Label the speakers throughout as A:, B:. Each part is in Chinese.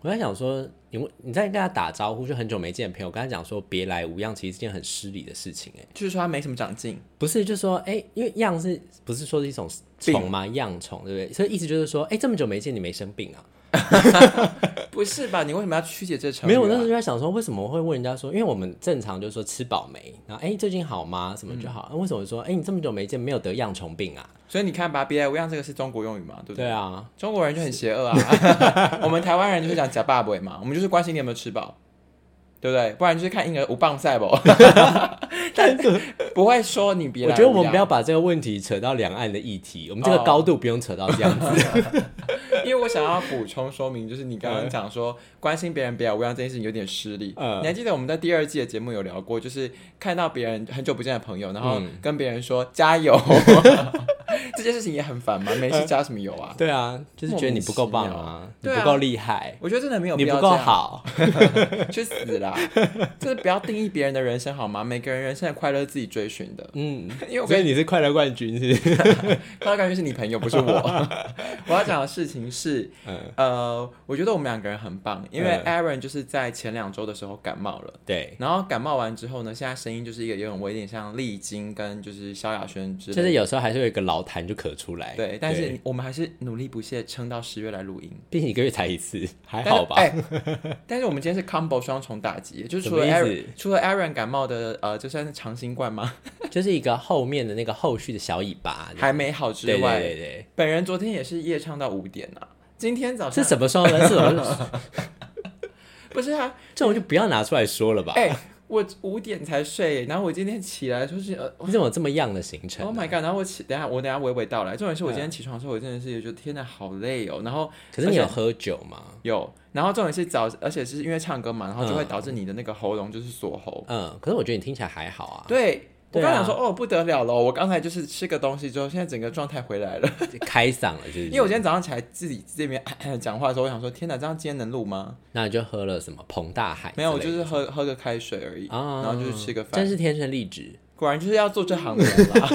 A: 我在想说，你问你在跟他打招呼，就很久没见的朋友，跟他讲说别来无恙，其实是件很失礼的事情哎、
B: 就是说他没什么长进，
A: 不是，就说哎、因为恙是不是说是一种虫吗？恙虫对不对？所以意思就是说，哎、这么久没见，你没生病啊？
B: 不是吧？你为什么要曲解这成语、
A: 没
B: 啊？
A: 有，我那时候就在想说，为什么会问人家说？因为我们正常就说吃饱没，然后哎、最近好吗？什么
B: 嗯
A: 就好。那为什么说哎、你这么久没见，没有得恙虫病啊？
B: 所以你看吧，别来无恙这个是中国用语嘛，对不对？
A: 对啊，
B: 中国人就很邪恶啊， 我们台湾人就会讲假爸爸嘛，我们就是关心你有没有吃饱，对不对？不然就是看婴儿无棒赛不，
A: 但是
B: 不会说你别
A: 我
B: 来无恙。
A: 觉得我们不要把这个问题扯到两岸的议题，我们这个
B: 哦
A: 高度不用扯到这样 子。
B: 因为我想要补充说明，就是你刚刚讲说关心别人别来无恙这件事情有点失礼。
A: 嗯
B: 你还记得我们在第二季的节目有聊过，就是看到别人很久不见的朋友，然后跟别人说加油，这件事情也很烦嘛，没事加什么油啊？
A: 对啊，就是觉得你不够棒啊，你
B: 莫名其妙对啊
A: 不够厉害，
B: 我觉得真的没有
A: 你
B: 必要
A: 不
B: 这
A: 够
B: 样，
A: 好。
B: 去死 啦！就是不要定义别人的人生好吗？每个人人生的快乐是自己追寻的。
A: 嗯，
B: 因为我
A: 所
B: 跟
A: 以你是快乐冠军是不是？
B: 快乐感觉是你朋友，不是我。我要讲的事情是，
A: 嗯，
B: 呃，我觉得我们两个人很棒，因为
A: 嗯
B: Aaron 就是在前两周的时候感冒了。
A: 对，
B: 然后感冒完之后呢，现在声音就是一个有点我有点像丽晶跟就是萧亚轩之类
A: 就
B: 的，
A: 是有时候还是有一个老痰就咳出来。
B: 对，但是我们还是努力不懈撑到十月来录音，
A: 毕竟一个月才一次，还
B: 但
A: 好吧？
B: 哎、 但是我们今天是 combo 双重打击，就是除了
A: 什么
B: Aaron
A: 意思
B: 除了 Aaron 感冒的呃，这算是长新冠吗？
A: 就是一个后面的那个后续的小尾巴，
B: 还没好之
A: 对对
B: 外，
A: 对对，
B: 本人昨天也是夜唱到五点啊，今天早
A: 是
B: 上
A: 什么时候呢？是什么时候？
B: 不 是啊，
A: 这种就不要拿出来说了吧。
B: 哎、我五点才睡，然后我今天起来就是呃。
A: 你怎么这么样的行程
B: Oh
A: 啊？
B: my god！然后我起，等一下我等一下娓娓道来。重点是我今天起床的时候，我真的是觉得天哪，好累哦。然后
A: 嗯可是你有嗯喝酒吗？
B: 有，然后重点是早，而且是因为唱歌嘛，然后就会导致你的那个喉咙就是锁喉。
A: 嗯，可是我觉得你听起来还好啊，
B: 对，我
A: 对
B: 刚
A: 啊
B: 想说、哦不得了了，我刚才就是吃个东西之后，现在整个状态回来了。
A: 开嗓了，就是。
B: 因为我今天早上起来自己这边 讲话的时候，我想说天哪，这样今天能录吗？
A: 那你就喝了什么彭大海之类的？
B: 没有，我就是喝喝个开水而已，
A: 啊，
B: 然后就是吃个饭
A: 真。是天生丽质。
B: 果然就是要做这行的人 啦。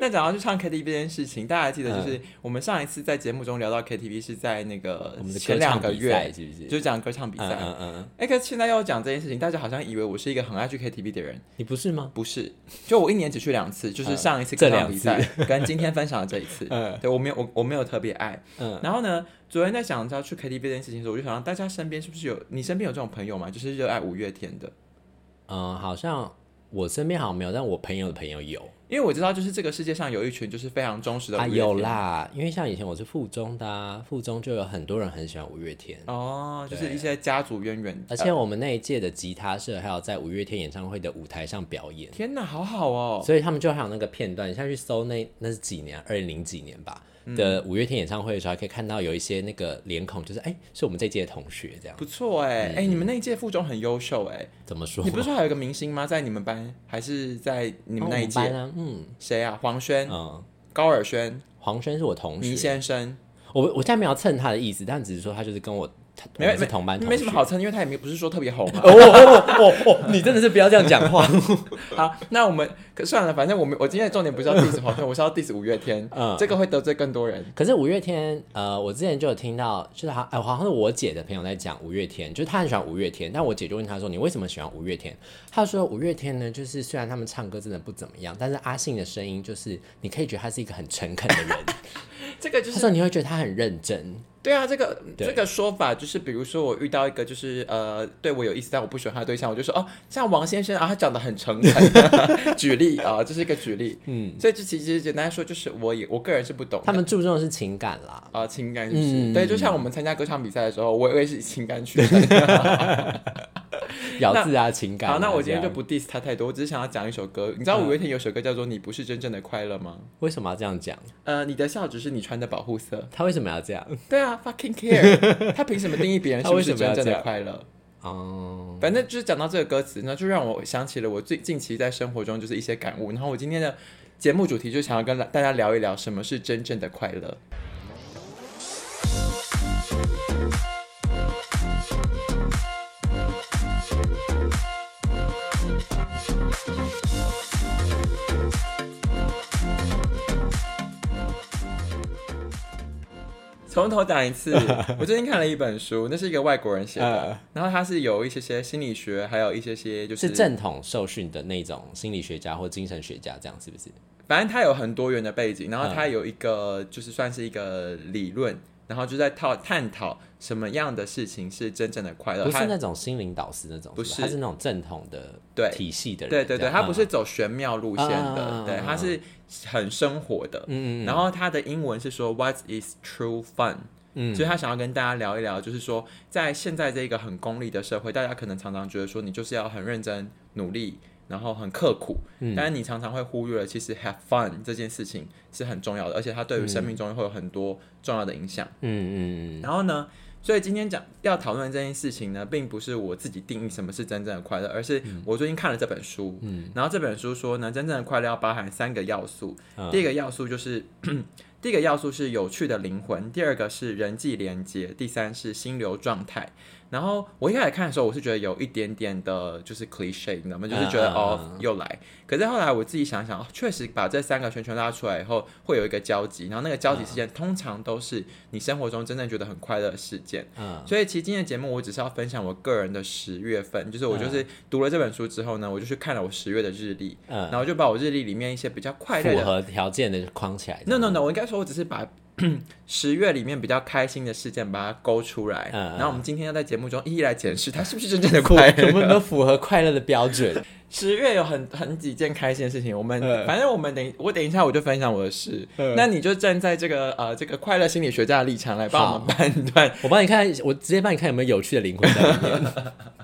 B: 那讲到去唱 KTV 这件事情，大家还记
A: 嗯
B: 得就是我们上一次在节目中聊到 KTV 是在那个
A: 我们的
B: 前
A: 歌
B: 两
A: 唱
B: 个
A: 比赛
B: 月，
A: 是不是？
B: 就讲歌唱比赛。
A: 嗯嗯嗯，
B: 哎、可是现在要讲这件事情，大家好像以为我是一个很爱去 KTV 的人，
A: 你不是吗？
B: 不是？就我一年只去两次，就是上一
A: 嗯
B: 次
A: 这
B: 歌唱
A: 两
B: 比
A: 次
B: 赛、跟今天分享的这一 次。
A: 嗯
B: 对我没有，我我没有特别爱。
A: 嗯，
B: 然后呢，昨天在想着要去 KTV 这件事情的时候，我就想，大家身边是不是有你身边有这种朋友吗？就是热爱五月天的。
A: 嗯，好像我身边好像没有，但我朋友的朋友有
B: 因为我知道，就是这个世界上有一群就是非常忠实的
A: 啊，
B: 五月天
A: 有啦，因为像以前我是附中的啊，附中就有很多人很喜欢五月天，
B: 哦，就是
A: 对
B: 一些家族渊源。
A: 而且我们那一届的吉他社还有在五月天演唱会的舞台上表演，
B: 天哪，好好哦！
A: 所以他们就还有那个片段，你下去搜那那是几年啊，二零零几年吧
B: 嗯
A: 的五月天演唱会的时候，还可以看到有一些那个脸孔，就是哎、是我们这届的同学这样，
B: 不错哎、哎、你们那一届附中很优秀哎、
A: 怎么说？
B: 你不是说还有一个明星吗？在你们班还是在你们
A: 哦
B: 那一
A: 我
B: 届？
A: 班啊？嗯
B: 谁啊？黄轩、
A: 嗯，
B: 高尔轩、
A: 黄轩是我同
B: 倪
A: 学，
B: 先生，
A: 我我现在没有蹭他的意思，但只是说他就是跟我他我
B: 没
A: 们
B: 没
A: 是同班同学，
B: 没什么好称，因为他也没不是说特别红嘛。
A: 哦哦哦哦哦！你真的是不要这样讲 话。
B: 好，那我们可算了，反正我们我今天的重点不是要 diss 黄轩，我是要 diss 五月天，
A: 嗯
B: 这个会得罪更多人。
A: 可是五月天，呃，我之前就有听到，就是他，哎、好像是我姐的朋友在讲五月天，就是她很喜欢五月天，但我姐就问她说，你为什么喜欢五月天？她说五月天呢，就是虽然他们唱歌真的不怎么样，但是阿信的声音就是你可以觉得他是一个很诚恳的人，
B: 这个就
A: 她
B: 是
A: 说你会觉得他很认真，
B: 对啊，这个
A: 对
B: 这个说法就是，比如说我遇到一个就是呃对我有意思但我不喜欢他的对象，我就说哦，像王先生啊，他长得很诚 恳。 举例啊、这是一个举例。嗯，所以这其实简单来说就是我也我个人是不懂
A: 他们注重的是情感啦。
B: 啊、情感就是、
A: 嗯
B: 对，就像我们参加歌唱比赛的时候，我我也是以情感取胜。
A: 咬字啊，情感啊、
B: 好，那我今天
A: 这
B: 就
A: 样
B: 不 diss 他太多，我只是想要讲一首歌。你知道五月天有首歌叫做《你不是真正的快乐》吗？
A: 为什么要这样讲？
B: 呃，你的笑只是你穿的保护色。
A: 他为什么要这样？
B: 对啊，fucking care，他凭什么定义别人是不
A: 他
B: 是
A: 为什么要
B: 真正
A: 这
B: 的
A: 样
B: 快乐？
A: 哦、
B: 反正就是讲到这个歌词，呢，就让我想起了我最近期在生活中就是一些感悟。然后我今天的节目主题就想要跟大家聊一聊什么是真正的快乐。从头讲一次。我最近看了一本书，那是一个外国人写的，
A: 呃，
B: 然后他是有一些些心理学，还有一些些就是
A: 正统受训的那种心理学家或精神学家，这样是不是？
B: 反正他有很多元的背景，然后
A: 嗯
B: 他有一个、就是算是一个理论，然后就在讨探讨什么样的事情是真正的快乐。
A: 不
B: 呃他
A: 是那种心灵导师那种，
B: 不
A: 是吧
B: 是
A: 他是那种正统的
B: 对
A: 体系的人，
B: 对对
A: 这样
B: 对，他不是，走玄妙路线的，
A: 嗯
B: 对，他是很生活的。
A: 嗯嗯
B: 然后他的英文是说 What is true fun？
A: 嗯
B: 所以他想要跟大家聊一聊，就是说，在现在这个很功利的社会，大家可能常常觉得说，你就是要很认真努力，然后很刻苦，
A: 嗯
B: 但是你常常会忽略了，其实 have fun 这件事情是很重要的，而且它对于生命中会有很多重要的影响。
A: 嗯嗯嗯嗯
B: 然后呢，所以今天讲要讨论这件事情呢，并不是我自己定义什么是真正的快乐，而是
A: 嗯
B: 我最近看了这本书，嗯，然后这本书说呢，真正的快乐要包含三个要素，
A: 嗯
B: 第一个要素就是。 第一个要素是有趣的灵魂，第二个是人际连接，第三是心流状态。然后我一开始看的时候，我是觉得有一点点的，就是 cliche，你知道吗？就是觉得、
A: 嗯嗯
B: 哦，又来。可是后来我自己想想，哦确实把这三个圈圈拉出来以后，会有一个交集，然后那个交集事件通常都是你生活中真正觉得很快乐的事件。
A: 嗯
B: 所以其实今天的节目，我只是要分享我个人的十月份，就是
A: 嗯
B: 我就是读了这本书之后呢，我就去看了我十月的日历，然
A: 嗯，
B: 后就把我日历里面一些比较快乐
A: 符
B: 的。
A: 合嗯条件的框起来
B: No no no，我应该说，我只是把 十月里面比较开心的事件把它勾出来，
A: 嗯嗯
B: 然后我们今天要在节目中一一来检视它是不是真正的
A: 符
B: 快
A: 有没有
B: 乐。
A: 符合快乐的标准？
B: 十月有很很几件开心的事情，我们、
A: 嗯
B: 反正我们等我等一下我就分享我的事，
A: 嗯
B: 那你就站在这个呃这个快乐心理学家的立场来帮我
A: 好
B: 们判断。
A: 我帮你看，我直接帮你看有没有有趣的灵魂在 里面。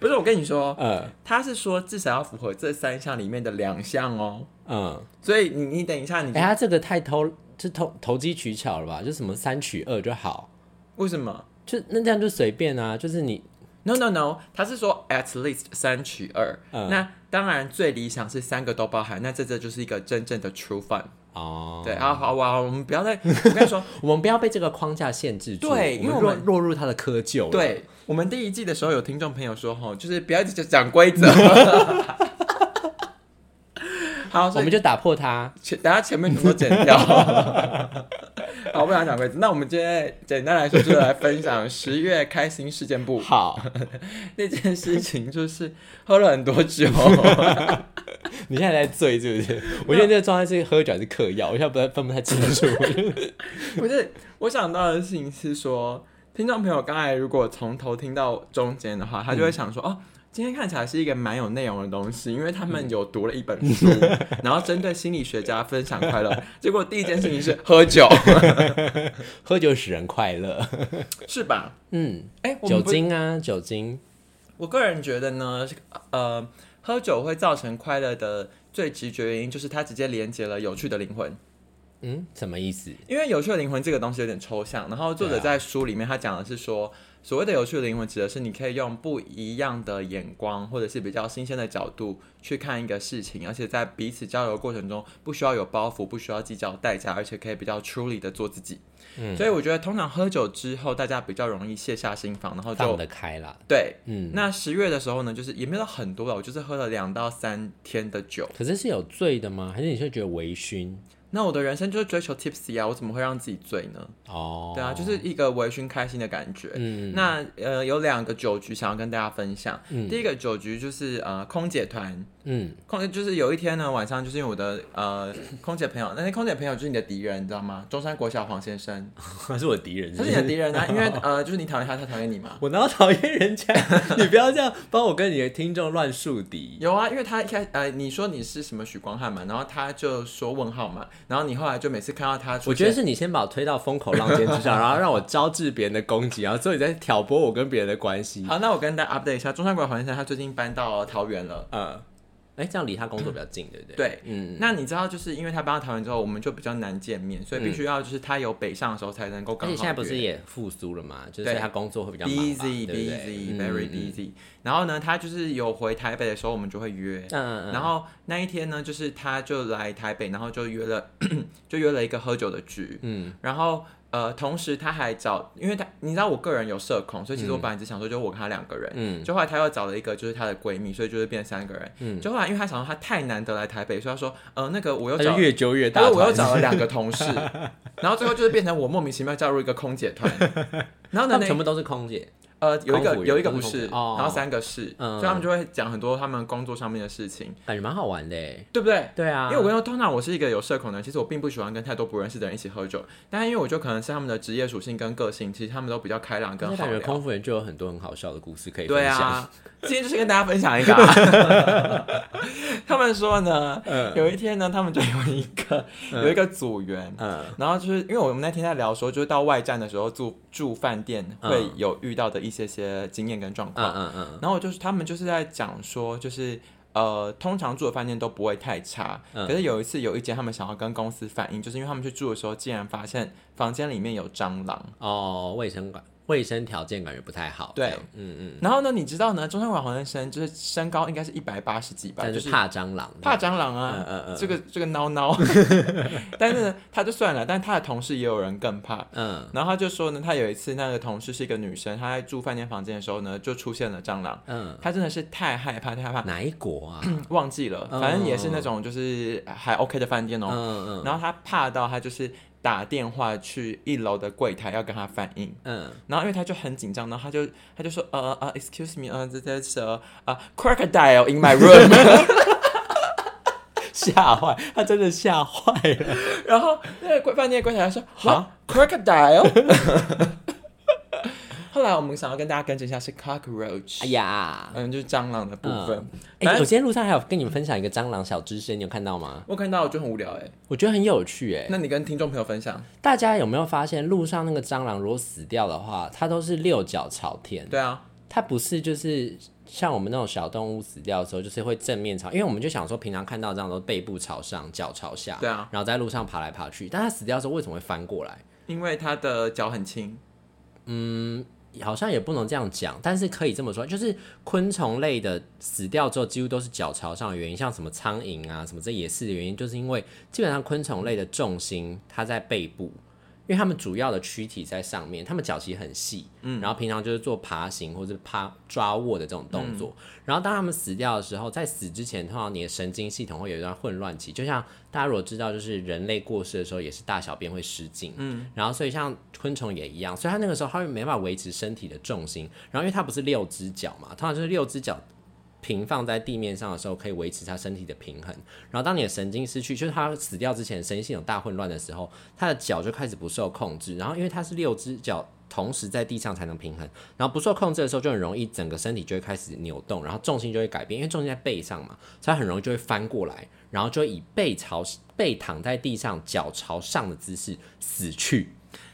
B: 不是我跟你说，
A: 嗯
B: 他是说至少要符合这三项里面的两项哦。
A: 嗯，
B: 所以你你等一下你，
A: 哎、他这个太偷，就投投机取巧了吧？就什么三取二就好，
B: 为什么
A: 就那这样就随便啊，就是你
B: ？No No No，他是说 at least 三取二、
A: 嗯
B: 那当然最理想是三个都包含，那这这就是一个真正的 true fun、
A: 哦，
B: 对啊，好哇，好我们不要再，我跟 你说，
A: 我们不要被这个框架限制住，
B: 对因为
A: 我
B: 我
A: 们
B: 们
A: 落落入他的窠臼。，
B: 对我们第一季的时候有听众朋友说，吼，就是不要一直讲 规则。 好，
A: 我
B: 所以
A: 们就打破它。
B: 前等下前面全部都剪掉。 好，我不想讲规则。那我们今天简单来说，就是来分享十月开心事件簿。
A: 好，
B: 那件事情就是喝了很多 酒，
A: 你现在在醉是不是？ 我现在这个状态是喝酒还是嗑药？我现在不太分不太清 楚。
B: 不是我想到的事情是说，听众朋友刚才如果从头听到中间的话，他就
A: 嗯
B: 会想说、哦。今天看起来是一个蛮有内容的东西，因为他
A: 嗯
B: 们有读了一本书，然后针对心理学家分享快乐。结果第一件事情是喝 酒，
A: 喝酒使人快乐，
B: 是吧？
A: 嗯，
B: 哎、我
A: 酒
B: 们不
A: 精啊，酒精，
B: 我个人觉得呢，这个呃，喝酒会造成快乐的最直觉原因就是它直接连接了有趣的灵魂。
A: 嗯，什么意思？
B: 因为有趣的灵魂这个东西有点抽象，然后作者在书里面他讲的是说，所谓的有趣的灵魂指的是你可以用不一样的眼光或者是比较新鲜的角度去看一个事情，而且在彼此交流的过程中不需要有包袱，不需要计较代价，而且可以比较 truly 的做自己。
A: 嗯
B: 所以我觉得通常喝酒之后，大家比较容易卸下心防，然后
A: 放
B: 就
A: 得开啦，
B: 对。
A: 嗯。
B: 那十月的时候呢，就是也没有很多了，我就是喝了两到三天的酒。
A: 可是是有醉的吗？还是你是觉得微醺？
B: 那我的人生就是追求 tipsy 啊，我怎么会让自己醉呢？
A: 哦，
B: 对啊，就是一个微醺开心的感觉。
A: 嗯
B: 那呃，有两个酒局想要跟大家分享。第一个酒局就是呃，空姐团，
A: 嗯，
B: 空就是有一天呢晚上，就是因为我的呃空姐朋友，那些空姐朋友就是你的敌人，你知道吗？中山国小黄先生，
A: 他是我敌人
B: 他是你的敌人啊，因为呃，就是你讨厌他，他讨厌你嘛。
A: 我哪有讨厌人家？ 你不要这样帮我跟你的听众乱树敌。
B: 有啊，因为他一开呃，你说你是什么许光汉嘛，然后他就说问号嘛，然后你后来就每次看到他出现，
A: 我觉得是你先把我推到风口浪尖之 上，然后让我招致别人的攻击，然后之后你再挑拨我跟别人的关系。
B: 好，那我跟大家 update 一下，中山国小黄先生他最近搬到桃园了。
A: 嗯，哎，这样离他工作比较近，对不对？
B: 对
A: 嗯，
B: 那你知道，就是因为他搬到桃园之后，我们就比较难见面，所以必须要就是他有北上的时候才能够
A: 而
B: 刚好
A: 且现
B: 约。
A: 在不是也复苏了嘛，就是
B: 对
A: 他工作会比较忙吧对
B: busy
A: 不对
B: busy
A: 嗯
B: very busy，、然后呢，他就是有回台北的时候，我们就会约。
A: 嗯嗯
B: 然后那一天呢， 就是他就来台北，然后就约了，就约了一个喝酒的局。
A: 嗯
B: 然后呃，同时他还找，因为他你知道我个人有社恐，所以其实我本来只想说就我跟他两个人，
A: 嗯
B: 就后来他又找了一个就是他的闺蜜，所以就是变三个人，
A: 嗯
B: 就后来因为他想说他太难得来台北，所以他说呃那个我又
A: 他
B: 找
A: 就越揪越
B: 因
A: 大
B: 为
A: 团，
B: 我又找了两个同事，然后最后就是变成我莫名其妙加入一个空姐 团，然后
A: 他
B: 呢，
A: 们全
B: 那
A: 部都是空姐，
B: 呃有一
A: 空
B: 个
A: 服员
B: 有一个
A: 都
B: 不
A: 是空
B: 是，
A: 服哦
B: 然后三个是，
A: 嗯
B: 所以他们就会讲很多他们工作上面的事情，
A: 感觉蛮好玩的欸。
B: 对不对？
A: 对啊，
B: 因为我跟你说，通常我是一个有社恐的人，其实我并不喜欢跟太多不认识的人一起喝酒，但因为我就可能是他们的职业属性跟个性，其实他们都比较开朗跟
A: 那
B: 好
A: 感觉
B: 聊。
A: 空服员就有很多很好笑的故事可以分
B: 对
A: 享。
B: 啊，今天就是跟大家分享一个、啊。他们说呢，有一天呢，他们就有一个、有一个组员，
A: 嗯，
B: 然后就是因为我们那天在聊说，就是到外站的时候住住饭店会有遇到的一些些经验跟状
A: 嗯
B: 况。
A: 嗯嗯
B: 然后我就是他们就是在讲说，就是呃，通常住的饭店都不会太差，
A: 嗯
B: 可是有一次有一间他们想要跟公司反映，就是因为他们去住的时候，竟然发现房间里面有蟑螂。
A: 嗯，哦，卫生感卫生条件感觉不太好。
B: 对啊
A: 这样，嗯嗯，
B: 然后呢，你知道呢，中山管黄先生就是身高应该是一百八十几吧，
A: 但
B: 就是
A: 怕蟑螂，
B: 怕蟑螂啊，
A: 嗯嗯嗯
B: 这个这个孬孬， 但是呢他就算了，但他的同事也有人更怕，
A: 嗯
B: 然后他就说呢，他有一次那个同事是一个女生，她在住饭店房间的时候呢，就出现了蟑螂。
A: 嗯，
B: 她真的是太害怕，太害怕，
A: 哪一国啊？
B: 忘记了，
A: 嗯
B: 反正也是那种就是呃还 OK 的饭店
A: 嗯
B: 哦。
A: 嗯
B: 然后她怕到她就是打电话去一楼的柜台要跟她反映，
A: 嗯，
B: 然后因为她就很紧张，然后她就她就说呃呃，excuse me，呃，这这是呃啊 crocodile in my room，
A: 吓坏他，真的吓坏了。
B: 然后那个柜饭店的柜台说：“好，crocodile。” 后来我们想要跟大家更正一下是
A: 哎
B: cockroach，
A: 呀，
B: 嗯，就是蟑螂的部分。
A: 哎、
B: 反
A: 我
B: 正
A: 今天路上还有跟你们分享一个蟑螂小知识，你有看到吗？
B: 我看到我就很无聊哎，
A: 我觉得很有趣哎、
B: 那你跟听众朋友分享？
A: 大家有没有发现路上那个蟑螂如果死掉的话，它都是六脚朝天，
B: 对啊，
A: 它不是就是像我们那种小动物死掉的时候，就是会正面朝，因为我们就想说平常看到这样都背部朝上，脚朝下，
B: 对啊，
A: 然后在路上爬来爬去，但它死掉的时候为什么会翻过来？
B: 因为它的脚很轻，
A: 好像也不能这样讲，但是可以这么说，就是昆虫类的死掉之后，几乎都是脚朝上的原因，像什么苍蝇啊，什么这也是的原因，就是因为基本上昆虫类的重心它在背部，因为它们主要的躯体在上面，它们脚其实很细，嗯，然后平常就是做爬行或者趴抓握的这种动作，然后当它们死掉的时候，在死之前，通常你的神经系统会有一段混乱期，就像大家如果知道，就是人类过世的时候也是大小便会失禁，嗯，然后所以像昆虫也一样，所以它那个时候它会没办法维持身体的重心，然后因为它不是六只脚嘛，通常就是六只脚平放在地面上的时候，可以维持它身体的平衡。然后当你的神经失去，就是它死掉之前神经系统大混乱的时候，它的脚就开始不受控制。然后因为它是六只脚同时在地上才能平衡，然后不受控制的时候就很容易整个身体就会开始扭动，然后重心就会改变，因为重心在背上嘛，所以它很容易就会翻过来，然后就会以背朝背躺在地上，脚朝上的姿势死去。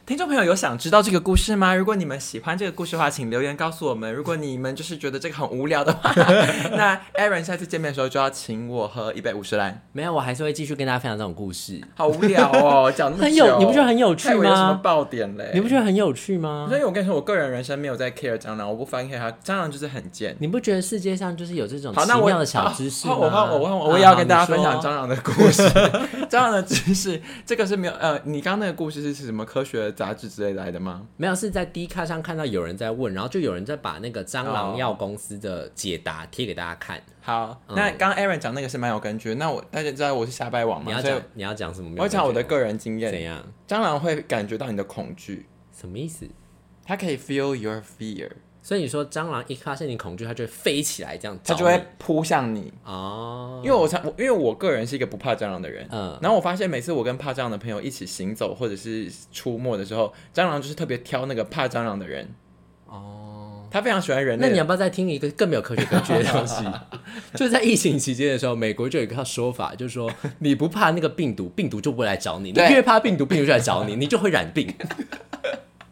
B: 听众朋友有想知道这个故事吗？如果你们喜欢这个故事的话，请留言告诉我们。如果你们就是觉得这个很无聊的话， 那 Aaron 下次见面的时候就要请我喝一杯五十兰。
A: 没有，我还是会继续跟大家分享这种故事。
B: 好无 聊哦，讲那么久，
A: 很有你不觉得很有趣吗
B: 还以为有什么爆点嘞？
A: 你不觉得很有趣吗？
B: 所以我跟你说，我个人人生没有在 care 蟑螂，我不翻 care 它，蟑螂就是很贱。
A: 你不觉得世界上就是有这种
B: 好，那
A: 奇
B: 我
A: 妙的小知识吗？
B: 好我换我换我，我也
A: 啊
B: 要跟大家分享。
A: 好
B: 蟑螂的故事。 蟑螂的知识，这个是没有呃，你刚刚那个故事是是什么科学杂志之类来的吗？
A: 没有，是在 D 卡上看到有人在问，然后就有人在把那个蟑
B: 哦
A: 螂药公司的解答贴给大家看。
B: 好，
A: 嗯
B: 那刚刚 Aaron 讲那个是蛮有根据。那我大家知道我是瞎掰网
A: 你
B: 嘛，
A: 要
B: 所以
A: 讲你要讲什么？
B: 哦我讲我的个人经
A: 怎
B: 验，
A: 样？
B: 蟑螂会感觉到你的恐惧，
A: 什么意思？
B: 它可以 feel your fear，
A: 所以你说蟑螂一发现你恐惧，它就会飞起来这样找你，
B: 它就会扑向你。
A: 哦
B: 因，为我才，我因为我个人是一个不怕蟑螂的人，
A: 嗯
B: 然后我发现每次我跟怕蟑螂的朋友一起行走或者是出没的时候，蟑螂就是特别挑那个怕蟑螂的人，
A: 哦。
B: 他非常喜欢人类
A: 那
B: 的。
A: 你要不要再听一个更没有科学根 据的东西？就是在疫情期间的时候，美国就有一个说法，就是 说你不怕那个病毒，病毒就不会来找你；你
B: 对
A: 越怕病毒，病毒就来找 你，你就会染病。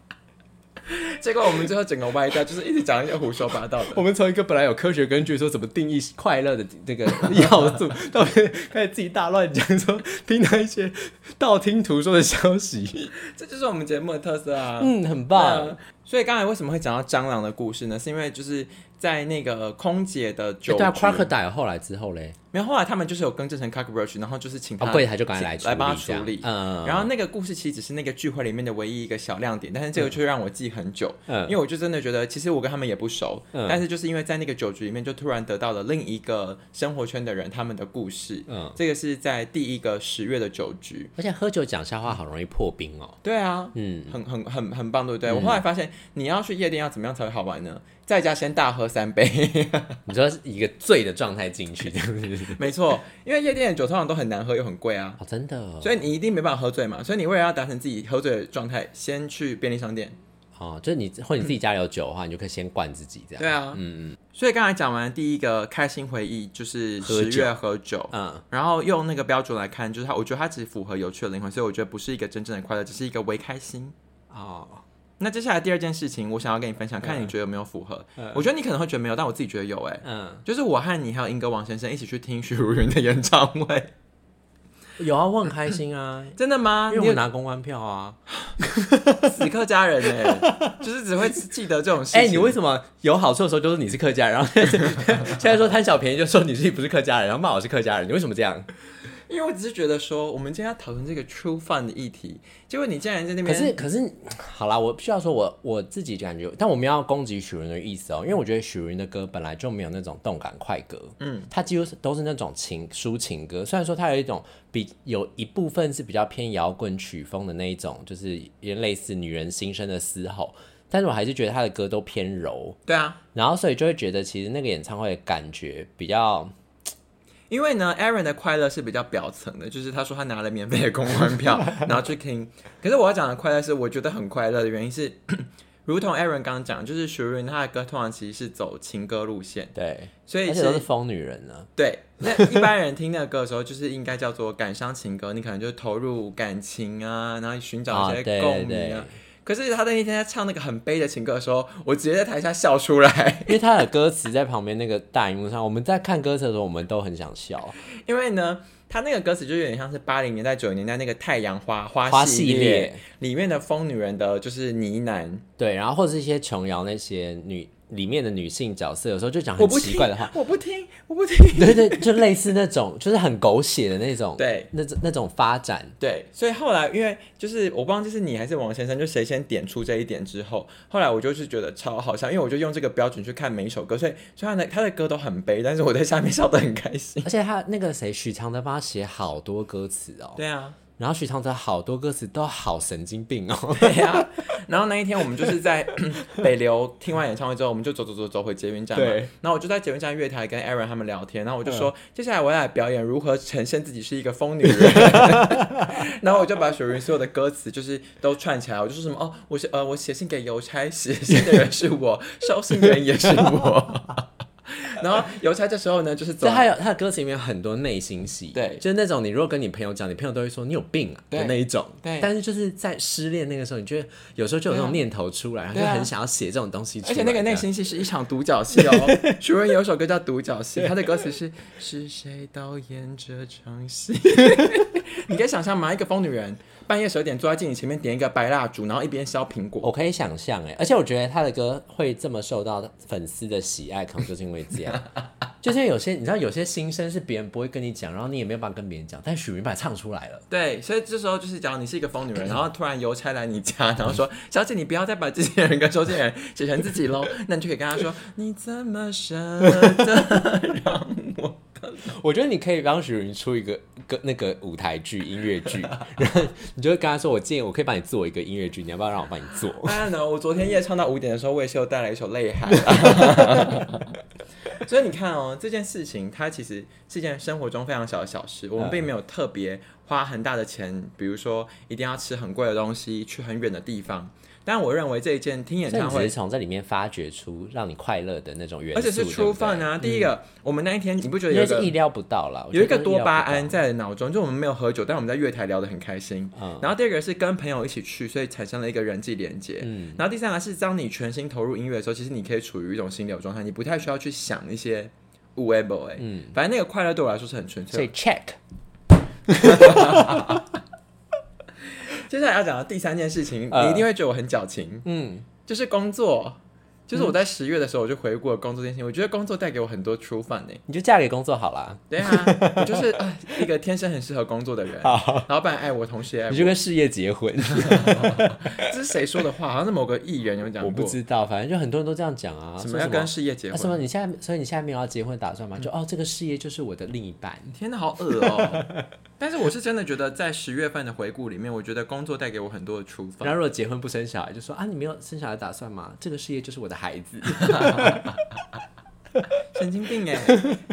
B: 结果我们最后整个歪掉，就是一直讲一些胡说八道的。
A: 我们从一个本来有科学根据说怎么定义快乐的那个要 素，到开始自己大乱讲，说听到一些道听途说的消息。
B: 这就是我们节目的特色啊。
A: 嗯，很
B: 对
A: 棒。
B: 啊，所以刚才为什么会讲到蟑螂的故事呢？是因为就是在那个空姐的酒局，
A: 对啊，Crocodile 后来之后嘞，
B: 没有后来他们就是有更正成 cockroach，然后就是请他
A: 哦柜台就赶快来处
B: 来帮他
A: 理这样
B: 处理，
A: 嗯
B: 然后那个故事其实只是那个聚会里面的唯一一个小亮点，但是这个却让我记很久，
A: 嗯
B: 因为我就真的觉得其实我跟他们也不熟，
A: 嗯
B: 但是就是因为在那个酒局里面，就突然得到了另一个生活圈的人他们的故事，
A: 嗯
B: 这个是在第一个十月的酒局，
A: 而且喝酒讲笑话好容易破冰哦。
B: 对啊，
A: 嗯，
B: 很很很很棒，对不对？我后来发现你要去夜店要怎么样才会好玩呢？在家先大喝三杯。
A: 你说是一个醉的状态进去这样子，
B: 没错，因为夜店的酒通常都很难喝又很贵啊，
A: 哦，真的，
B: 所以你一定没办法喝醉嘛。所以你为了要达成自己喝醉的状态，先去便利商店。
A: 哦，就是你或者你自己家里有酒的话，你就可以先灌自己这样。
B: 对啊，
A: 嗯嗯
B: 所以刚才讲完第一个开心回忆就是
A: 喝
B: 十
A: 酒
B: 月喝酒，
A: 嗯，
B: 然后用那个标准来看，就是它，我觉得它只符合有趣的灵魂，所以我觉得不是一个真正的快乐，只是一个微开心。
A: 哦，
B: 那接下来第二件事情，我想要跟你分
A: 嗯
B: 享，看你觉得有没有符合。我觉得你可能会觉得没有，但我自己觉得有、哎，
A: 嗯，
B: 就是我和你还有英哥王先生一起去听许茹芸的演唱会，
A: 有啊，我很开心啊，
B: 真的吗？
A: 因为
B: 你
A: 我
B: 有
A: 拿公关票啊。
B: 死客家人哎、 就是只会记得这种事情。
A: 哎、你为什么有好处的时候就是你是客家人，然后 现在说贪小便宜就说你自己不是客家人，然后骂我是客家人，你为什么这样？
B: 因为我只是觉得说，我们今天要讨论这个 true fun 的议题，结果你竟然在那
A: 可
B: 边，
A: 是可是，好啦，我必须要说我我自己感觉，但我们要攻击许茹芸的意思哦，因为我觉得许茹芸的歌本来就没有那种动感快歌，嗯，它几乎是都是那种情抒情歌，虽然说它有一种比有一部分是比较偏摇滚曲风的那一种，就是有点类似女人心声的嘶吼，但是我还是觉得她的歌都偏柔，
B: 对啊，
A: 然后所以就会觉得其实那个演唱会的感觉比较。
B: 因为呢，Aaron 的快乐是比较表层的，就是他说他拿了免费的公关 票，然后去听。可是我要讲的快乐是，我觉得很快乐的原因是， 如同 Aaron 刚刚讲，就是许茹芸她的歌通常其实是走情歌路线，
A: 对，
B: 所以
A: 而且都是
B: 是
A: 疯女人呢、
B: 对。 那一般人听那个歌的时候，就是应该叫做感伤情歌，你可能就投入感情啊，然后寻找
A: 啊，
B: 一
A: 对
B: 些
A: 对
B: 共鸣
A: 对
B: 啊。，可是他那一天在唱那个很悲的情歌的时候，我直接在台下笑出来，
A: 因为他的歌词在旁边那个大荧幕上，我们在看歌词的时候，我们都很想笑。
B: 因为呢，他那个歌词就有点像是八零年代、九零年代那个太阳花花
A: 花
B: 系
A: 系
B: 列
A: 列
B: 里面的疯女人的，就是呢喃。
A: 对，然后或者是一些琼瑶那些女里面的女性角色，有时候就讲
B: 我
A: 很
B: 不
A: 奇
B: 听
A: 怪的话，，
B: 我不听，我不听。
A: 对对，就类似那种就是很狗血的那种，
B: 对，
A: 那种那种发展。
B: 对，所以后来因为就是我忘记是你还是王先生，就谁先点出这一点之后，后来我就是觉得超好笑，因为我就用这个标准去看每一首歌，所以虽然呢他的歌都很悲，但是我在下面笑得很开心。
A: 而且他那个谁许常德帮他写好多歌词哦，
B: 对啊，
A: 然后许常德好多歌词都好神经病哦，
B: 对呀、然后那一天我们就是在 北流听完演唱会之后，我们就走走走走回捷运站嘛。
A: 对。
B: 然后我就在捷运站月台跟 Aaron 他们聊天，然后我就说，接下来我要来表演如何呈现自己是一个疯女人。然后我就把雪云所有的歌词就是都串起来，我就说什么哦，我是呃，我写信给邮差，写信的人是我，收信人也是我。 然后邮差这时候呢，就是走
A: 就他有他的歌词里面有很多内心戏，
B: 对
A: 就是那种你如果跟你朋友讲，你朋友都会说你有病啊
B: 对
A: 的那一种，
B: 对
A: 但是就是在失恋那个时候，你觉得有时候就有那
B: 对啊
A: 种念头出来，然后就
B: 对啊
A: 很想要写这种东西出来，
B: 而且那个内心戏是一场独角戏 哦。许茹芸有首歌叫《独角戏》，它的歌词是“是谁导演这场戏”， 你可以想象吗？一个疯女人半夜十二点坐在镜子前面点一个白蜡烛，然后一边削苹
A: 我
B: 果。
A: 可以想象哎，而且我觉得他的歌会这么受到粉丝的喜爱，可能就是因为这样。 就是因为有些你知道，有些心声是别人不会跟你讲，然后你也没有办法跟别人讲，但许明把它唱出来了。
B: 对，所以这时候就是，假如你是一个疯女人，然后突然邮差来你家，然后说：“小姐，你不要再把这些人跟收件人写成自己喽。”那你就可以跟他说：“你怎么舍得让我
A: 我觉得你可以帮许茹芸出一个个那个舞台剧、音乐剧， 然后你就会跟他说：“我建议我可以帮你做一个音乐剧，你要不要让我帮你做？”
B: 当然，我昨天夜唱到五点的时候，我也是有带来一首《泪海》。所以你看哦，这件事情它其实是一件生活中非常小的小事，
A: 嗯
B: 我们并没有特别花很大的钱，比如说一定要吃很贵的东西，去很远的地方。但我认为这一件听演
A: 所以
B: 唱
A: 你只
B: 会
A: 是，从这里面发掘出让你快乐的那种元素，
B: 而且
A: 对
B: 是
A: 不
B: true
A: 对
B: fun 啊。第一个，我们那一天你不觉得
A: 因
B: 有
A: 为
B: 一个
A: 是意料不到啦，我觉得
B: 有一个
A: 都是意
B: 多
A: 料不
B: 巴
A: 到
B: 胺在脑中，就我们没有喝酒，但我们在月台聊得很开心。
A: 嗯
B: 然后第二个是跟朋友一起去，所以产生了一个人际连接。
A: 嗯
B: 然后第三个是当你全心投入音乐的时候，其实你可以处于一种心流状态，你不太需要去想一些无 a b l 哎，反正那个快乐对我来说是很纯
A: 嗯所
B: 粹
A: 以
B: 的。
A: check
B: 接下来要讲的第三件事情，
A: 呃
B: 你一定会觉得我很矫情，
A: 嗯
B: 就是工作。就是我在十月的时候，我就回顾了工作这件事情，我觉得工作带给我很多 true fun 呢、
A: 你就嫁给工作好了，
B: 对 啊，我就是、啊一个天生很适合工作的人，老板爱我，同事也爱
A: 你就
B: 我。
A: 跟事业结婚。
B: 这是谁说的话？好像是某个艺人有讲过，
A: 我不知道，反正就很多人都这样讲啊。
B: 什
A: 说
B: 么要跟事业
A: 啊、
B: 结
A: 什
B: 婚。嗯
A: 么？你现在，所以你现在没有要结婚打算吗？就哦，这个事业就是我的另一半。
B: 天哪，好恶哦！ 但是我是真的觉得，在十月份的回顾里面，我觉得工作带给我很多的 true
A: 然
B: fun。
A: 后如果结婚不生小孩，就说啊，你没有生小孩打算吗？这个事业就是我的孩子。
B: 神经病 哎，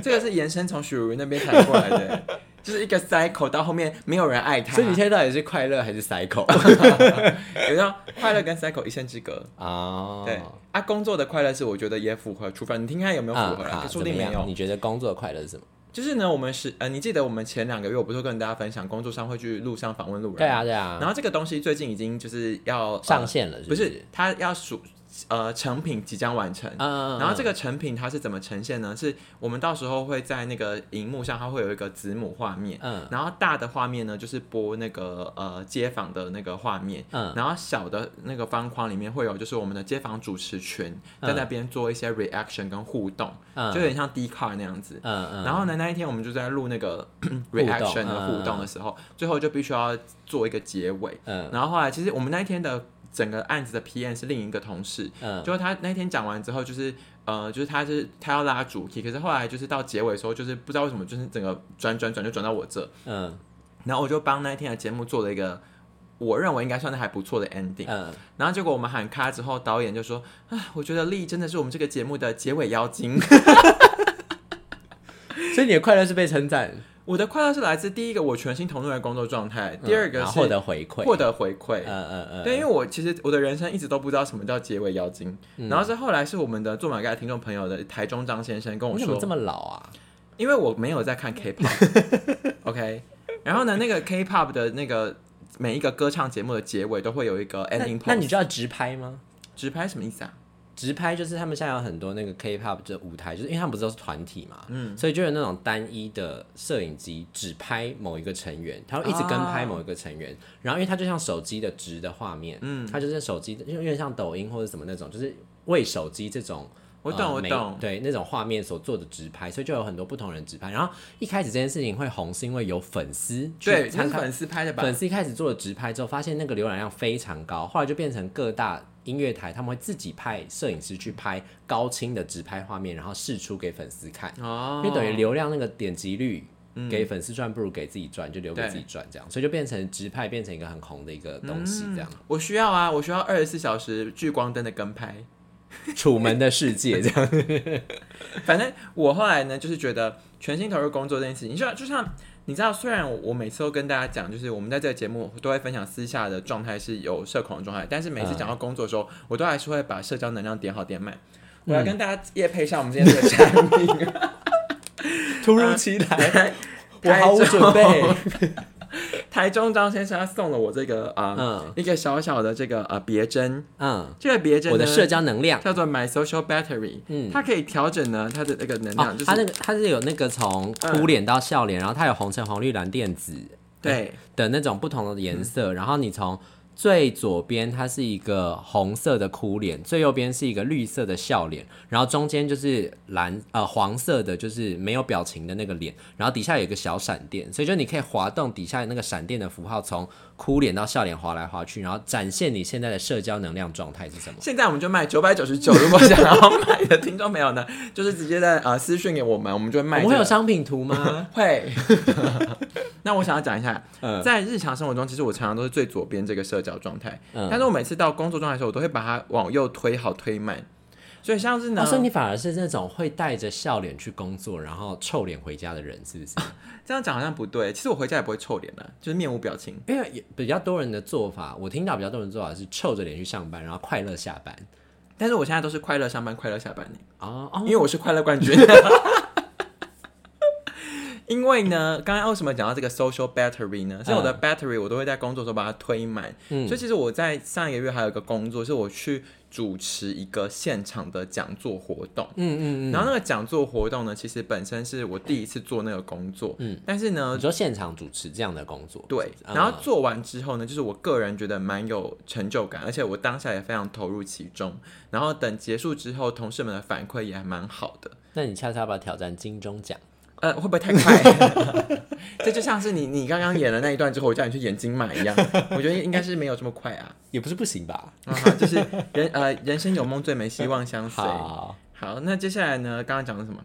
B: 这个是延伸从许茹芸那边谈过来的，就是一个 cycle 到后面没有人爱他，
A: 所以你现在到底是快乐还是 cycle
B: 有到快乐跟 cycle 一线之隔。
A: 啊？
B: 对啊，工作的快乐是我觉得也符合 true fun，你听看有没有符合
A: 啊，
B: 啊？
A: 好
B: 说
A: 怎
B: 不
A: 么
B: 定没
A: 样？
B: 有。
A: 你觉得工作的快乐是什么？
B: 就是呢，我们是呃，你记得我们前两个月我不是跟大家分享，工作上会去路上访问路人，
A: 对啊，对啊，
B: 然后这个东西最近已经就是要
A: 上线了
B: 呃
A: 是
B: 不
A: 不
B: 是？它要属呃成品即将完成。
A: 嗯，
B: 然后这
A: 个
B: 个成品它是怎么呈现呢？是我们到时候会在那个荧幕上，它会有一个子母画面，
A: 嗯
B: 然后大的画面呢就是播那个呃街访的那个画面，
A: 嗯
B: 然后小的那个方框里面会有就是我们的街访主持群在那边做一些 reaction 跟互动，
A: 嗯
B: 就有点像 d c a r 那样子。
A: 嗯嗯，
B: 然后呢，那一天我们就在录那个
A: 动
B: reaction 的
A: 嗯
B: 互动的时候，最后就必须要做一个结尾。
A: 嗯
B: 然后后来，其实我们那一天的整个案子的 PM 是另一个同事，
A: 嗯
B: 就是他那天讲完之后，就是呃，就是他是他要拉主题，可是后来就是到结尾的时候，就是不知道为什么，就是整个转转转就转到我这，
A: 嗯
B: 然后我就帮那一天的节目做了一个我认为应该算是还不错的 ending。
A: 嗯，
B: 然后结果我们喊咔之后，导演就说：“啊，我觉得丽真的是我们这个节目的结尾妖精。”
A: 所以你的快乐是被称赞，
B: 我的快乐是来自第一个我全心投入的工作状态，第二
A: 嗯
B: 个
A: 然
B: 是
A: 后获得回馈，
B: 获得回馈。
A: 嗯嗯嗯，
B: 对，因为我其实我的人生一直都不知道什么叫结尾妖精，
A: 嗯
B: 然后是后来是我们的做马盖的听众朋友的台中张先生跟我
A: 你怎么嗯
B: 说
A: 这，么老啊？
B: 因为我没有在看 K-pop，OK，、OK？然后呢，那个 K-pop 的那个每一个歌唱节目的结尾都会有一个
A: 那
B: ending
A: 那你
B: pose，
A: 知道直拍吗？
B: 直拍什么意思啊？
A: 直拍就是他们现在有很多那个 K-pop 的舞台，就是因为他们不是都是团体嘛，嗯，所以就有那种单一的摄影机只拍某一个成员，他会一直跟拍某一个成员，然后因为它就像手机的直的画面，嗯，它就是手机的，就有点像抖音或者什么那种，就是为手机这种。
B: 我懂
A: 呃
B: 我
A: 媒
B: 懂
A: 对那种画面所做的直拍，所以就有很多不同人直拍。然后一开始这件事情会红，是因为有粉丝去
B: 对，那
A: 参
B: 是
A: 考
B: 粉丝拍的吧？
A: 粉丝一开始做了直拍之后，发现那个浏览量非常高，后来就变成各大音乐台他们会自己派摄影师去拍高清的直拍画面，然后试出给粉丝看，
B: 哦
A: 因，为等于流量那个点击率。给粉丝赚不如给自己赚，就留给
B: 对
A: 自己赚这样，所以就变成直拍变成一个很红的一个东西这样。
B: 我需要啊，我需要二十四小时聚光灯的跟拍。嗯
A: 楚门的世界 这样，
B: 反正我后来呢，就是觉得全心投入工作这件事情，就像就像你知道，虽然我我每次都跟大家讲，就是我们在这个节目都会分享私下的状态是有社恐的状态，但是每次讲
A: 嗯
B: 到工作的时候，我都还是会把社交能量点好点满。我
A: 嗯
B: 要跟大家夜配一下我们今天这个产品，
A: 突如其 来， 我
B: 台
A: 毫无
B: 中
A: 准备。
B: 台中张先生他送了我这个啊、呃
A: 嗯
B: 一个小小的这个呃别针，
A: 嗯，
B: 这个别针
A: 我
B: 呢
A: 的社交能量，
B: 叫做 My Social Battery，
A: 嗯
B: 它可以调整呢它的那个能量，
A: 哦
B: 就，是、
A: 它那个它是有那个从哭脸到笑脸，然后它有红橙黄绿蓝靛紫，
B: 对。
A: 的那种不同的颜色，然后你从最左边它是一个红色的哭脸，最右边是一个绿色的笑脸，然后中间就是蓝呃黄色的，就是没有表情的那个脸，然后底下有一个小闪电，所以就你可以滑动底下那个闪电的符号，从哭脸到笑脸滑来滑去，然后展现你现在的社交能量状态是什么。
B: 现在我们就卖九百九十九，如果想要买的听众朋友呢， 就是直接在呃私讯给我们，我们就会
A: 我
B: 卖、
A: 们
B: 这
A: 会
B: 个
A: 有商品图 吗？
B: 会。 那我想要讲一下，
A: 嗯
B: 在日常生活中，其实我常常都是最左边这个社交状态，
A: 嗯
B: 但是我每次到工作状态的时候，我都会把它往右推好推慢。所以像是呢，
A: 哦，所以你反而是那种会带着笑脸去工作，然后臭脸回家的人，是不是？
B: 这样讲好像不对。其实我回家也不会臭脸的、就是面无表情。
A: 因为也比较多人的做法，我听到比较多人的做法是臭着脸去上班，然后快乐下班。
B: 但是我现在都是快乐上班，快乐下班呢，
A: 哦哦，
B: 因为我是快乐冠军。 因为呢，刚刚为什么讲到这个 social battery 呢？是我
A: 嗯
B: 的 battery 我都会在工作的时候把它推满，所以其实我在上一个月还有一个工作，是我去主持一个现场的讲座活动。
A: 嗯嗯
B: 然后那个讲座活动呢，其实本身是我第一次做那个工作，嗯，但是呢
A: 嗯，，你啊说现场主持这样的工作，
B: 对，然后做完之后呢，就是我个人觉得蛮有成就感，而且我当下也非常投入其中。然后等结束之后，同事们的反馈也还蛮好的。
A: 那你恰恰要不要挑战金钟奖？
B: 呃，会不会太快？ 这就像是你你刚刚演了那一段之后，我叫你去演金马 一样。我觉得应该是没有这么快啊。
A: 也不是不行吧？
B: 啊哈就是人呃，人生有梦最美，希望相随。
A: 好，
B: 好，那接下来呢？刚刚讲的什么？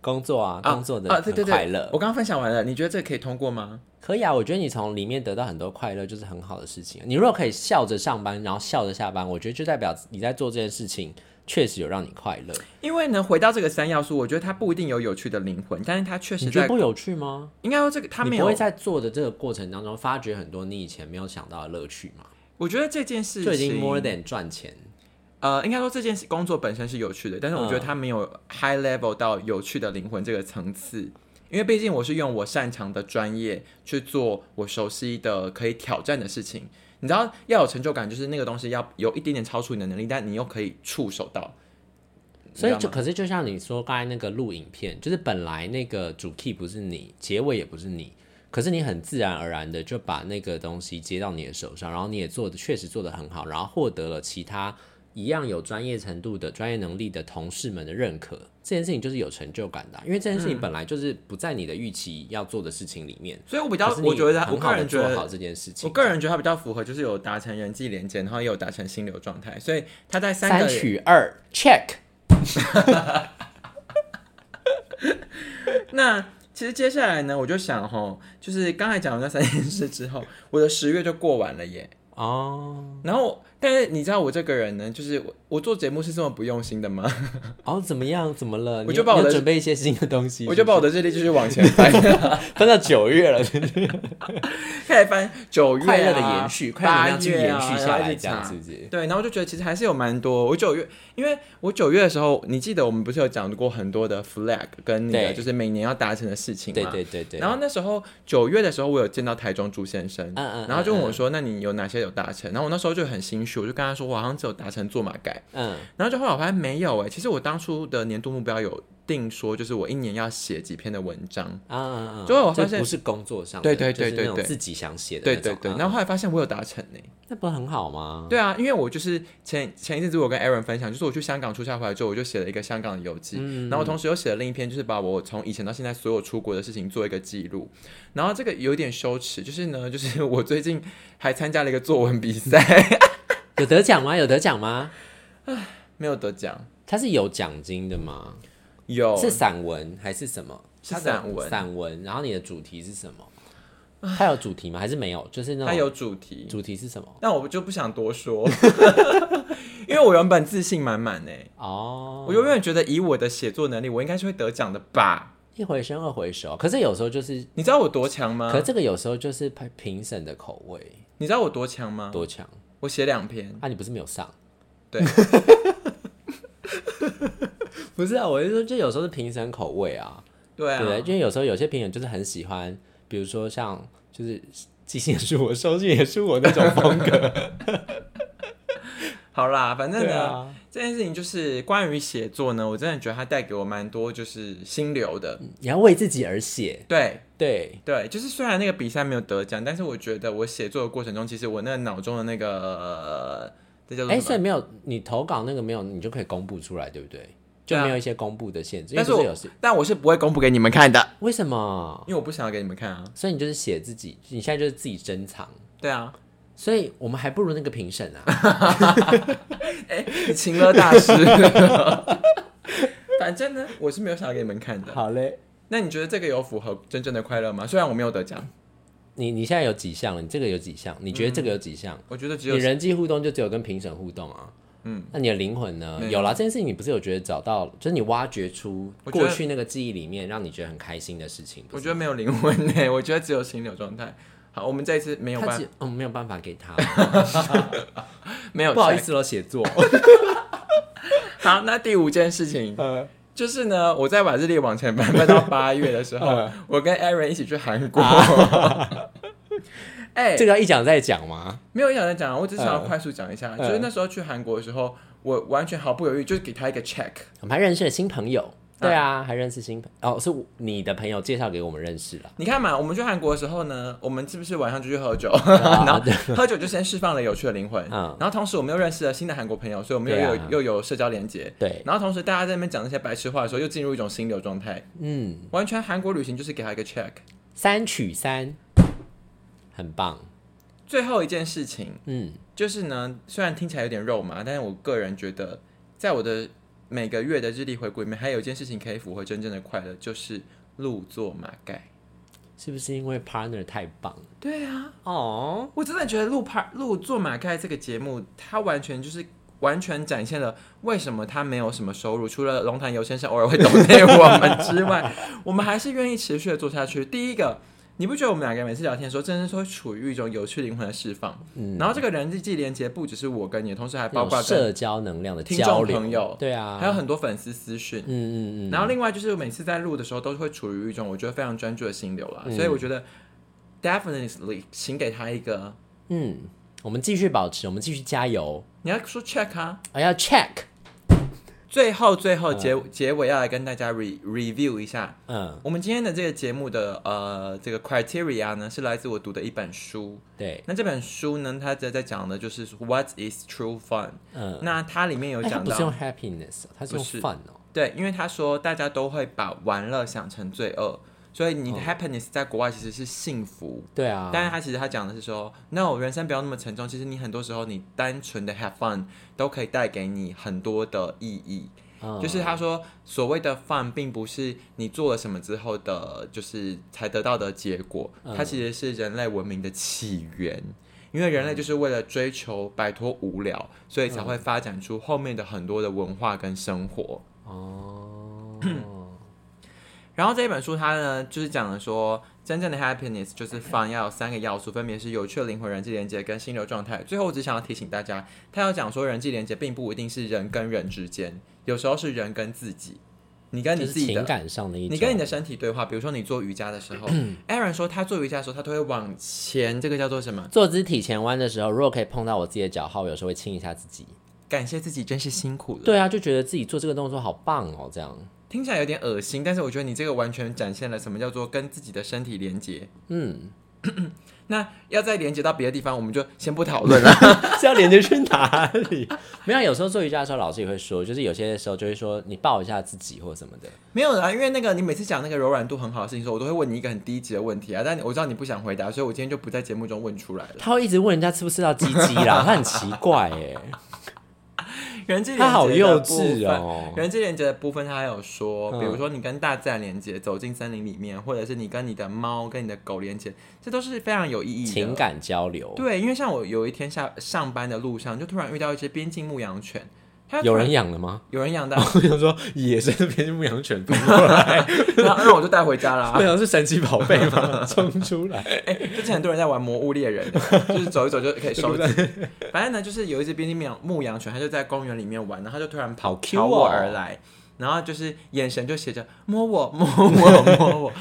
A: 工作啊，
B: 啊
A: 工作的
B: 啊，对对
A: 很
B: 对，
A: 快乐，
B: 我刚刚分享完了，你觉得这个可以通过吗？
A: 可以啊。我觉得你从里面得到很多快乐，就是很好的事情。你如果可以笑着上班，然后笑着下班，我觉得就代表你在做这件事情确实有让你快乐。
B: 因为呢，回到这个三要素，我觉得它不一定有有趣的灵魂，但是它确
A: 你
B: 实
A: 觉得
B: 在，
A: 不有趣吗？
B: 应该说这个它没
A: 你不
B: 有
A: 会。在做的这个过程当中发掘很多你以前没有想到的乐趣吗？
B: 我觉得这件事
A: 就已经
B: 情，
A: more than 赚钱。
B: 呃，应该说这件事工作本身是有趣的，但是我
A: 嗯
B: 觉得它没有 high level 到有趣的灵魂这个层次。因为毕竟我是用我擅长的专业去做我熟悉的可以挑战的事情，你知道要有成就感，就是那个东西要有一点点超出你的能力，但你又可以触手到。
A: 所以
B: 你知
A: 就
B: 道吗
A: 可是就像你说刚才那个录影片，就是本来那个主 key 不是你，结尾也不是你，可是你很自然而然的就把那个东西接到你的手上，然后你也做的确实做得很好，然后获得了其他一样有专业程度的专业能力的同事们的认可，这件事情就是有成就感的啊、因为这件事情本来就是不在你的预期要做的事情里面。
B: 所以我比
A: 比
B: 较，我觉得我
A: 很
B: 个
A: 好的
B: 人觉
A: 做
B: 得
A: 好这件事情，
B: 我个人觉得它比较符合，就是有达成人际连接，然后也有达成心流状态，所以它在三
A: 三
B: 个
A: 取二 check。
B: 那其实接下来呢，我就想吼，就是刚才讲完那三件事之后，我的十月就过完了耶。
A: 哦
B: 然后，但是你知道我这个人呢，就是我我做节目是这么不用心的吗？
A: 哦，怎么样？怎么了？你
B: 我就
A: 有
B: 把我
A: 你有
B: 的
A: 准备一些新的东西，
B: 我就把我的日历继续往前 翻，
A: 分到九月了，
B: 开始翻九月、啊、
A: 快乐的延续，快乐能量去
B: 八月
A: 延
B: 啊
A: 续下来，这
B: 然
A: 样
B: 后
A: 子
B: 一
A: 不
B: 直查
A: 是？
B: 对，然后我就觉得其实还是有蛮多。我九月，因为我九月的时候，你记得我们不是有讲过很多的 flag 跟你的
A: 对
B: 就是每年要达成的事情吗？
A: 对对对对。
B: 然后那时候九月的时候，我有见到台中朱先生，
A: 嗯嗯
B: 然后就问我说：“那你有哪些有达成？”然后我那时候就很心虚，我就跟他说：“我好像只有达成做马改。
A: 嗯，”
B: 然后就后来我发现没有哎、其实我当初的年度目标有定说，就是我一年要写几篇的文章。
A: 啊啊啊！
B: 就我发现
A: 这不是工作上的，
B: 对对
A: 就是
B: 对对
A: 那种
B: 对
A: 自己想写的
B: 对
A: 那种嗯
B: 对对，
A: 啊
B: 然后后来发现我有达成呢、
A: 那不是很好吗？
B: 对啊，因为我就是前前一阵子我跟 Aaron 分享，就是我去香港出差回来之后，我就写了一个香港的游
A: 嗯
B: 记，然后我同时又写了另一篇，就是把我从以前到现在所有出国的事情做一个记录。然后这个有点羞耻，就是呢，就是我最近还参加了一个作文比赛，
A: 有得奖吗？有得奖吗？
B: 没有得奖。
A: 它是有奖金的吗？
B: 有
A: 是散文还是什么？
B: 哦是
A: 它的
B: 散文
A: 散文。然后你的主题是什么？它有主题吗？还是没有？就是那
B: 它
A: 种
B: 有主题，
A: 主题是什么？
B: 但我就不想多说， 因为我原本自信满满呢，欸
A: 哦，
B: 我永远觉得以我的写作能力，我应该是会得奖的吧？
A: 一回生二回熟。可是有时候就是，
B: 你知道我多强吗
A: 可？是这个有时候就是评评审的口味
B: 你知道我多强吗？
A: 多强
B: 我写两篇，
A: 啊！你不是没有上？
B: 嗯对。
A: 不是啊，我是说，就有时候是评审口味啊，
B: 对啊，
A: 对，因为有时候有些评审就是很喜欢，比如说像就是即兴也是我，收信也是我那种风格。
B: 好啦， 反正
A: 对
B: 呢，
A: 啊，
B: 这件事情就是关于写作呢，我真的觉得它带给我蛮多就是心流的。
A: 你要为自己而写，
B: 对
A: 对，
B: 对，就是虽然那个比赛没有得奖，但是我觉得我写作的过程中，其实我那个脑中的那个、呃、这叫做
A: 哎，
B: 什么？
A: 所以没有你投稿那个没有，你就可以公布出来，对不对？就
B: 对啊
A: 没有一些公布的限制，因为
B: 但是
A: 不是
B: 我
A: 有时
B: 但我是不会公布给你们看的，
A: 为什么？
B: 因为我不想要给你们看啊。
A: 所以你就是写自己，你现在就是自己珍藏，
B: 对啊，
A: 所以我们还不如那个评审 啊。
B: 你 情了大师。反正呢，我是没有想要给你们看的。
A: 好嘞，
B: 那你觉得这个有符合真正的快乐吗？虽然我没有得奖，
A: 你你现在有几项了？你这个有几项？你觉得这个有几项？
B: 我觉得只
A: 你
B: 有
A: 人际互动就只有跟评审互动啊。嗯，那你的灵魂呢？
B: 没有
A: 有啦，这件事情你不是有觉得找到，就是你挖掘出
B: 我觉得
A: 过去那个记忆里面让你觉得很开心的事情。
B: 我
A: 不是
B: 觉得没有灵魂呢、 我觉得只有心流状态。好，我们这一次没有办
A: 他
B: 法
A: 只，嗯没有办法给 他，
B: 没有
A: 不好
B: 意
A: 意
B: 思。
A: 思咯，写 作。
B: 好，那第五件事情
A: 嗯
B: 就是呢，我再把日历往前翻， 翻到八月的时
A: 嗯
B: 候，我跟 Aaron 一起去韩国。哎、
A: 啊 这个要一讲再讲吗？
B: 没有想在讲，我只是想要
A: 嗯
B: 快速讲一下，
A: 嗯
B: 就是那时候去韩国的时候，我完全毫不犹豫，就是给他一个 check。
A: 我们还认识了新朋友。对啊，还认识新朋哦，是我你的朋友介绍给我们认识了。
B: 你看嘛，我们去韩国的时候呢，我们是不是晚上就去喝酒？ 然后喝酒就先释放了有趣的灵魂，
A: 啊嗯
B: 然后同时我们又认识了新的韩国朋友，所以我们又
A: 对啊
B: 有、又有社交连接。
A: 对，
B: 然后同时大家在那边讲那些白痴话的时候，又进入一种心流状态。
A: 嗯，
B: 完全韩国旅行就是给他一个 check。
A: 三取三，很棒。
B: 最后一件事情
A: 嗯，
B: 就是呢，虽然听起来有点肉麻，但是我个人觉得，在我的每个月的日历回顾里面，还有一件事情可以符合真正的快乐，就是路作马盖。
A: 是不是因为 partner 太棒了？
B: 对啊，
A: 哦，
B: 我真的觉得录拍录做马盖这个节目，它完全就是完全展现了为什么它没有什么收入，除了龙潭游先生偶尔会懂内我们之外，我们还是愿意持续的做下去。第一个。你不觉得我们两个每次聊天的时候，真的是会处于一种有趣灵魂的释放？
A: 嗯
B: 然后这个人际连接不只是我跟你，同时还包
A: 有
B: 括跟
A: 社交能量的
B: 听
A: 交
B: 众
A: 流，
B: 朋友
A: 对啊，
B: 还有很多粉丝私讯。
A: 嗯嗯嗯，
B: 然后另外就是每次在录的时候，都会处于一种我觉得非常专注的心流啦，所以我觉得 definitely 请给他一个，
A: 嗯，我们继续保持，我们继续加油，
B: 你要说 check 啊，
A: 啊，要 check，
B: 最后最后结、结尾要来跟大家 re review 一下，
A: 嗯，
B: 我们今天的这个节目的呃这个 criteria 呢是来自我读的一本书，
A: 对，
B: 那这本书呢它在在讲的就是 what is true fun，
A: 嗯，
B: 那它里面有
A: 哎它
B: 讲
A: 不
B: 到、
A: 是用 happiness，它是用
B: 不是
A: fun 哦，
B: 对，因为他说大家都会把玩乐想成罪恶，所以你的 happiness 在国外其实是幸福。
A: 对哦啊，
B: 但是他其实他讲的是说，no，人生不要那么沉重。其实你很多时候你单纯的 have fun 都可以带给你很多的意义。
A: 嗯
B: 就是他说所谓的 fun，并不是你做了什么之后的，就是才得到的结果，
A: 嗯
B: 它其实是人类文明的起源。因为
A: 嗯
B: 人类就是为了追求摆脱无聊，所以才会发展出后面的很多的文化跟生活。
A: 哦，
B: 然后这一本书它呢，就是讲了说，真正的 happiness 就是 fun，要有三个要素，分别是有趣的灵魂、人际连接跟心流状态。最后，我只想要提醒大家，他要讲说，人际连接并不一定是人跟人之间，有时候是人跟自己，你跟你
A: 就是
B: 自己
A: 情
B: 的。
A: 感上的一种，
B: 你跟你的身体对话，比如说你做瑜伽的 时候，Aaron 说他做瑜伽的时候，他都会往前，这个叫做什么？
A: 坐姿体前弯的时候，如果可以碰到我自己的脚后，有时候会亲一下自己。
B: 感谢自己，真是辛苦了。
A: 对啊，就觉得自己做这个动作好棒哦，这样。
B: 听起来有点恶心，但是我觉得你这个完全展现了什么叫做跟自己的身体连接。
A: 嗯，
B: 那要再连接到别的地方，我们就先不讨论了。
A: 是要连接去哪里？ 没有，有时候做瑜伽的时候，老师也会说，就是有些时候就会说你抱一下自己或什么的。
B: 没有啦，因为那个你每次讲那个柔软度很好的事情的时候，我都会问你一个很低级的问题啊，但我知道你不想回答，所以我今天就不在节目中问出来了。
A: 他会一直问人家吃不吃到鸡鸡啦，他很奇怪 哎，
B: 人际连接的
A: 他好幼
B: 部
A: 稚
B: 分。
A: 哦。
B: 人际连接的部分，他还有说，
A: 嗯
B: 比如说你跟大自然连接，走进森林里面，或者是你跟你的猫、跟你的狗连接，这都是非常有意义的
A: 情。感交流，
B: 对，因为像我有一天下上班的路上，就突然遇到一只边境牧羊犬，它就
A: 有
B: 突
A: 人
B: 然
A: 养了吗？
B: 有人养的，
A: 啊 我想说，野生的边牧羊犬冲过来，
B: 然后那我就带回家啊啦。
A: 想是神奇宝贝吗？ 冲出来，
B: 哎、 之前很多人在玩《魔物猎人》， 就是走一走就可以收集。反正呢，就是有一只边境牧羊牧羊犬，它就在公园里面玩，然后它就突然跑
A: 好 Q
B: 朝我
A: 哦
B: 而来，然后就是眼神就写着 摸我摸我摸我，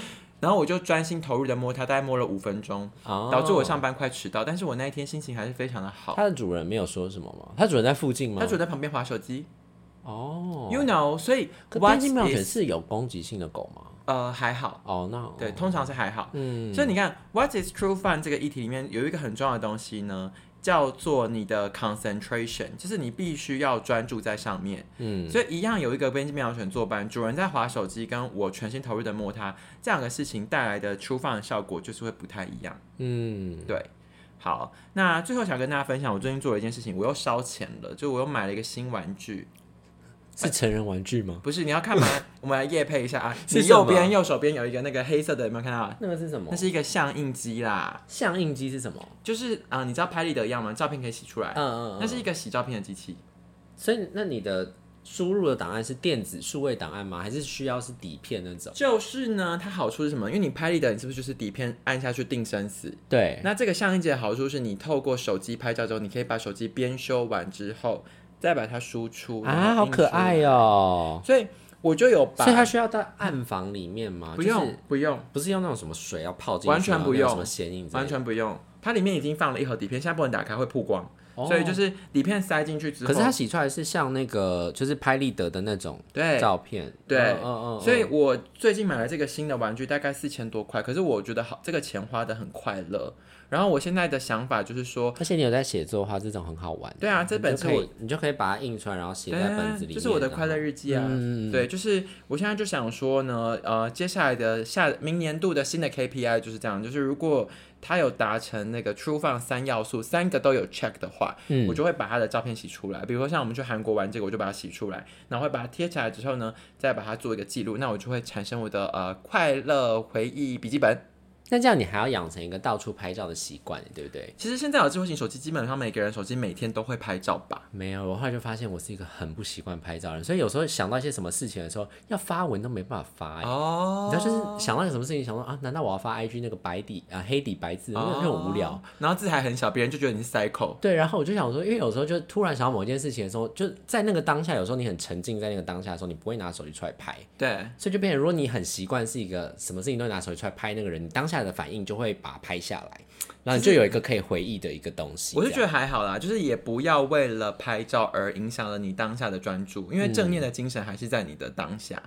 B: 然后我就专心投入的摸它，大概摸了五分钟，
A: 哦
B: 导致我上班快迟到。但是我那一天心情还是非常的好。
A: 它的主人没有说什么吗？它主人在附近吗？
B: 它就在旁边划手机、
A: 哦，
B: y o u know，所以
A: 可边
B: what
A: 境牧羊犬
B: is
A: 是有攻击性的狗吗？
B: 呃还好，
A: 哦，那
B: 对，，通常是还好。
A: 嗯，
B: 所以你看，What is true fun 这个议题里面有一个很重要的东西呢，叫做你的 concentration，就是你必须要专注在上面。
A: 嗯，
B: 所以一样有一个边境牧羊犬作伴，主人在划手机，跟我全心投入的摸它，这两个事情带来的 true fun 的效果就是会不太一样。
A: 嗯，
B: 对，好，那最后想跟大家分享，我最近做了一件事情，我又烧钱了，就我又买了一个新玩具。
A: 是成人玩具吗？
B: 不是你要看吗？我们来夜配一下啊！
A: 是
B: 你
A: 什
B: 右
A: 么
B: 边右手边有一个那个黑色的，有没有看到？啊
A: 那个是什么
B: 那？是一个相印机啦。
A: 相印机是什么？
B: 就是啊、呃你知道拍立得一样吗？照片可以洗出来，
A: 嗯嗯
B: 那
A: 嗯。
B: 是一个洗照片的机器。
A: 所以那你的输入的档案是电子数位档案吗？还是需要是底片那种？
B: 就是呢，它好处是什么？因为你拍立得，你是不是就是底片按下去定生死？
A: 对，
B: 那这个相机的好处是你透过手机拍照之后，你可以把手机编修完之后，再把它输出
A: 啊，好可爱、哦。
B: 所以我就有把，啊
A: 所以它需要到暗房里面吗？
B: 不用、
A: 就是
B: 不用
A: 不是用那种什么水要泡进去，
B: 完全不用
A: 然后那个什么显影之类的，
B: 完全不用，它里面已经放了一盒底片，现在不能打开会曝光，所以就是底片塞进去之后，
A: 哦可是他洗出来是像那个就是拍立得的那种
B: 对
A: 照片，
B: 对
A: 嗯嗯嗯，
B: 所以我最近买了这个新的玩具，大概四千多块，可是我觉得好，这个钱花的很快乐。然后我现在的想法就是说，
A: 而且你有在写作的话，这种很好玩。
B: 对啊这本
A: 你就可以你就可以把它印出来，然后写
B: 对
A: 在
B: 啊
A: 本子里面。嗯
B: 这是我的快乐日记啊。对，就是我现在就想说呢，呃，接下来的下明年度的新的 KPI 就是这样，就是如果他有达成那个 True 放三要素，三个都有 check 的话，
A: 嗯
B: 我就会把他的照片洗出来。比如说像我们去韩国玩这个，我就把它洗出来，然后会把它贴起来之后呢，再把它做一个记录，那我就会产生我的呃快乐回忆笔记本。
A: 那这样你还要养成一个到处拍照的习惯，对不对？
B: 其实现在有智慧型手机，基本上每个人手机每天都会拍照吧。
A: 没有，我后来就发现我是一个很不习惯拍照的人，所以有时候想到一些什么事情的时候，要发文都没办法发、欸。
B: 哦
A: 你知道，就是想到一个什么事情，想说啊，难道我要发 IG 那个白底啊黑底白字，那
B: 哦
A: 那很无聊。，
B: 然后字还很小，别人就觉得你是 psycho。
A: 对，然后我就想说，因为有时候就突然想到某件事情的时候，就在那个当下，有时候你很沉浸在那个当下的时候，你不会拿手机出来拍，
B: 对，
A: 所以就变成如果你很习惯是一个什么事情都拿手机出来拍那个人，你当下的反应就会把它拍下来，然后你就有一个可以回忆的一个东西。
B: 我是觉
A: 得，
B: 得还好啦，就是也不要为了拍照而影响了你当下的专注，因为正念的精神还是在你的当下。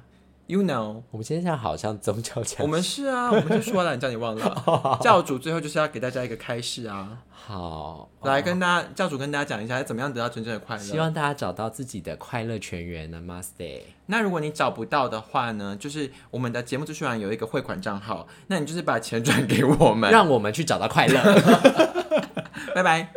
B: You know，
A: 我们今天现在好像宗教讲
B: 我们是 啊，我们就说了，你叫你忘了。教主最后就是要给大家一个开 示啊，
A: 好，
B: 来跟大家，教主跟大家讲一下怎么样得到真正的快
A: 希
B: 乐。
A: 望大家找到自己的快乐泉源，Namaste。
B: 那如果你找不到的话呢，就是我们的节目资讯栏有一个汇款账哎号，那你就是把钱转给我们。
A: 让我们去找到快乐。
B: 拜拜。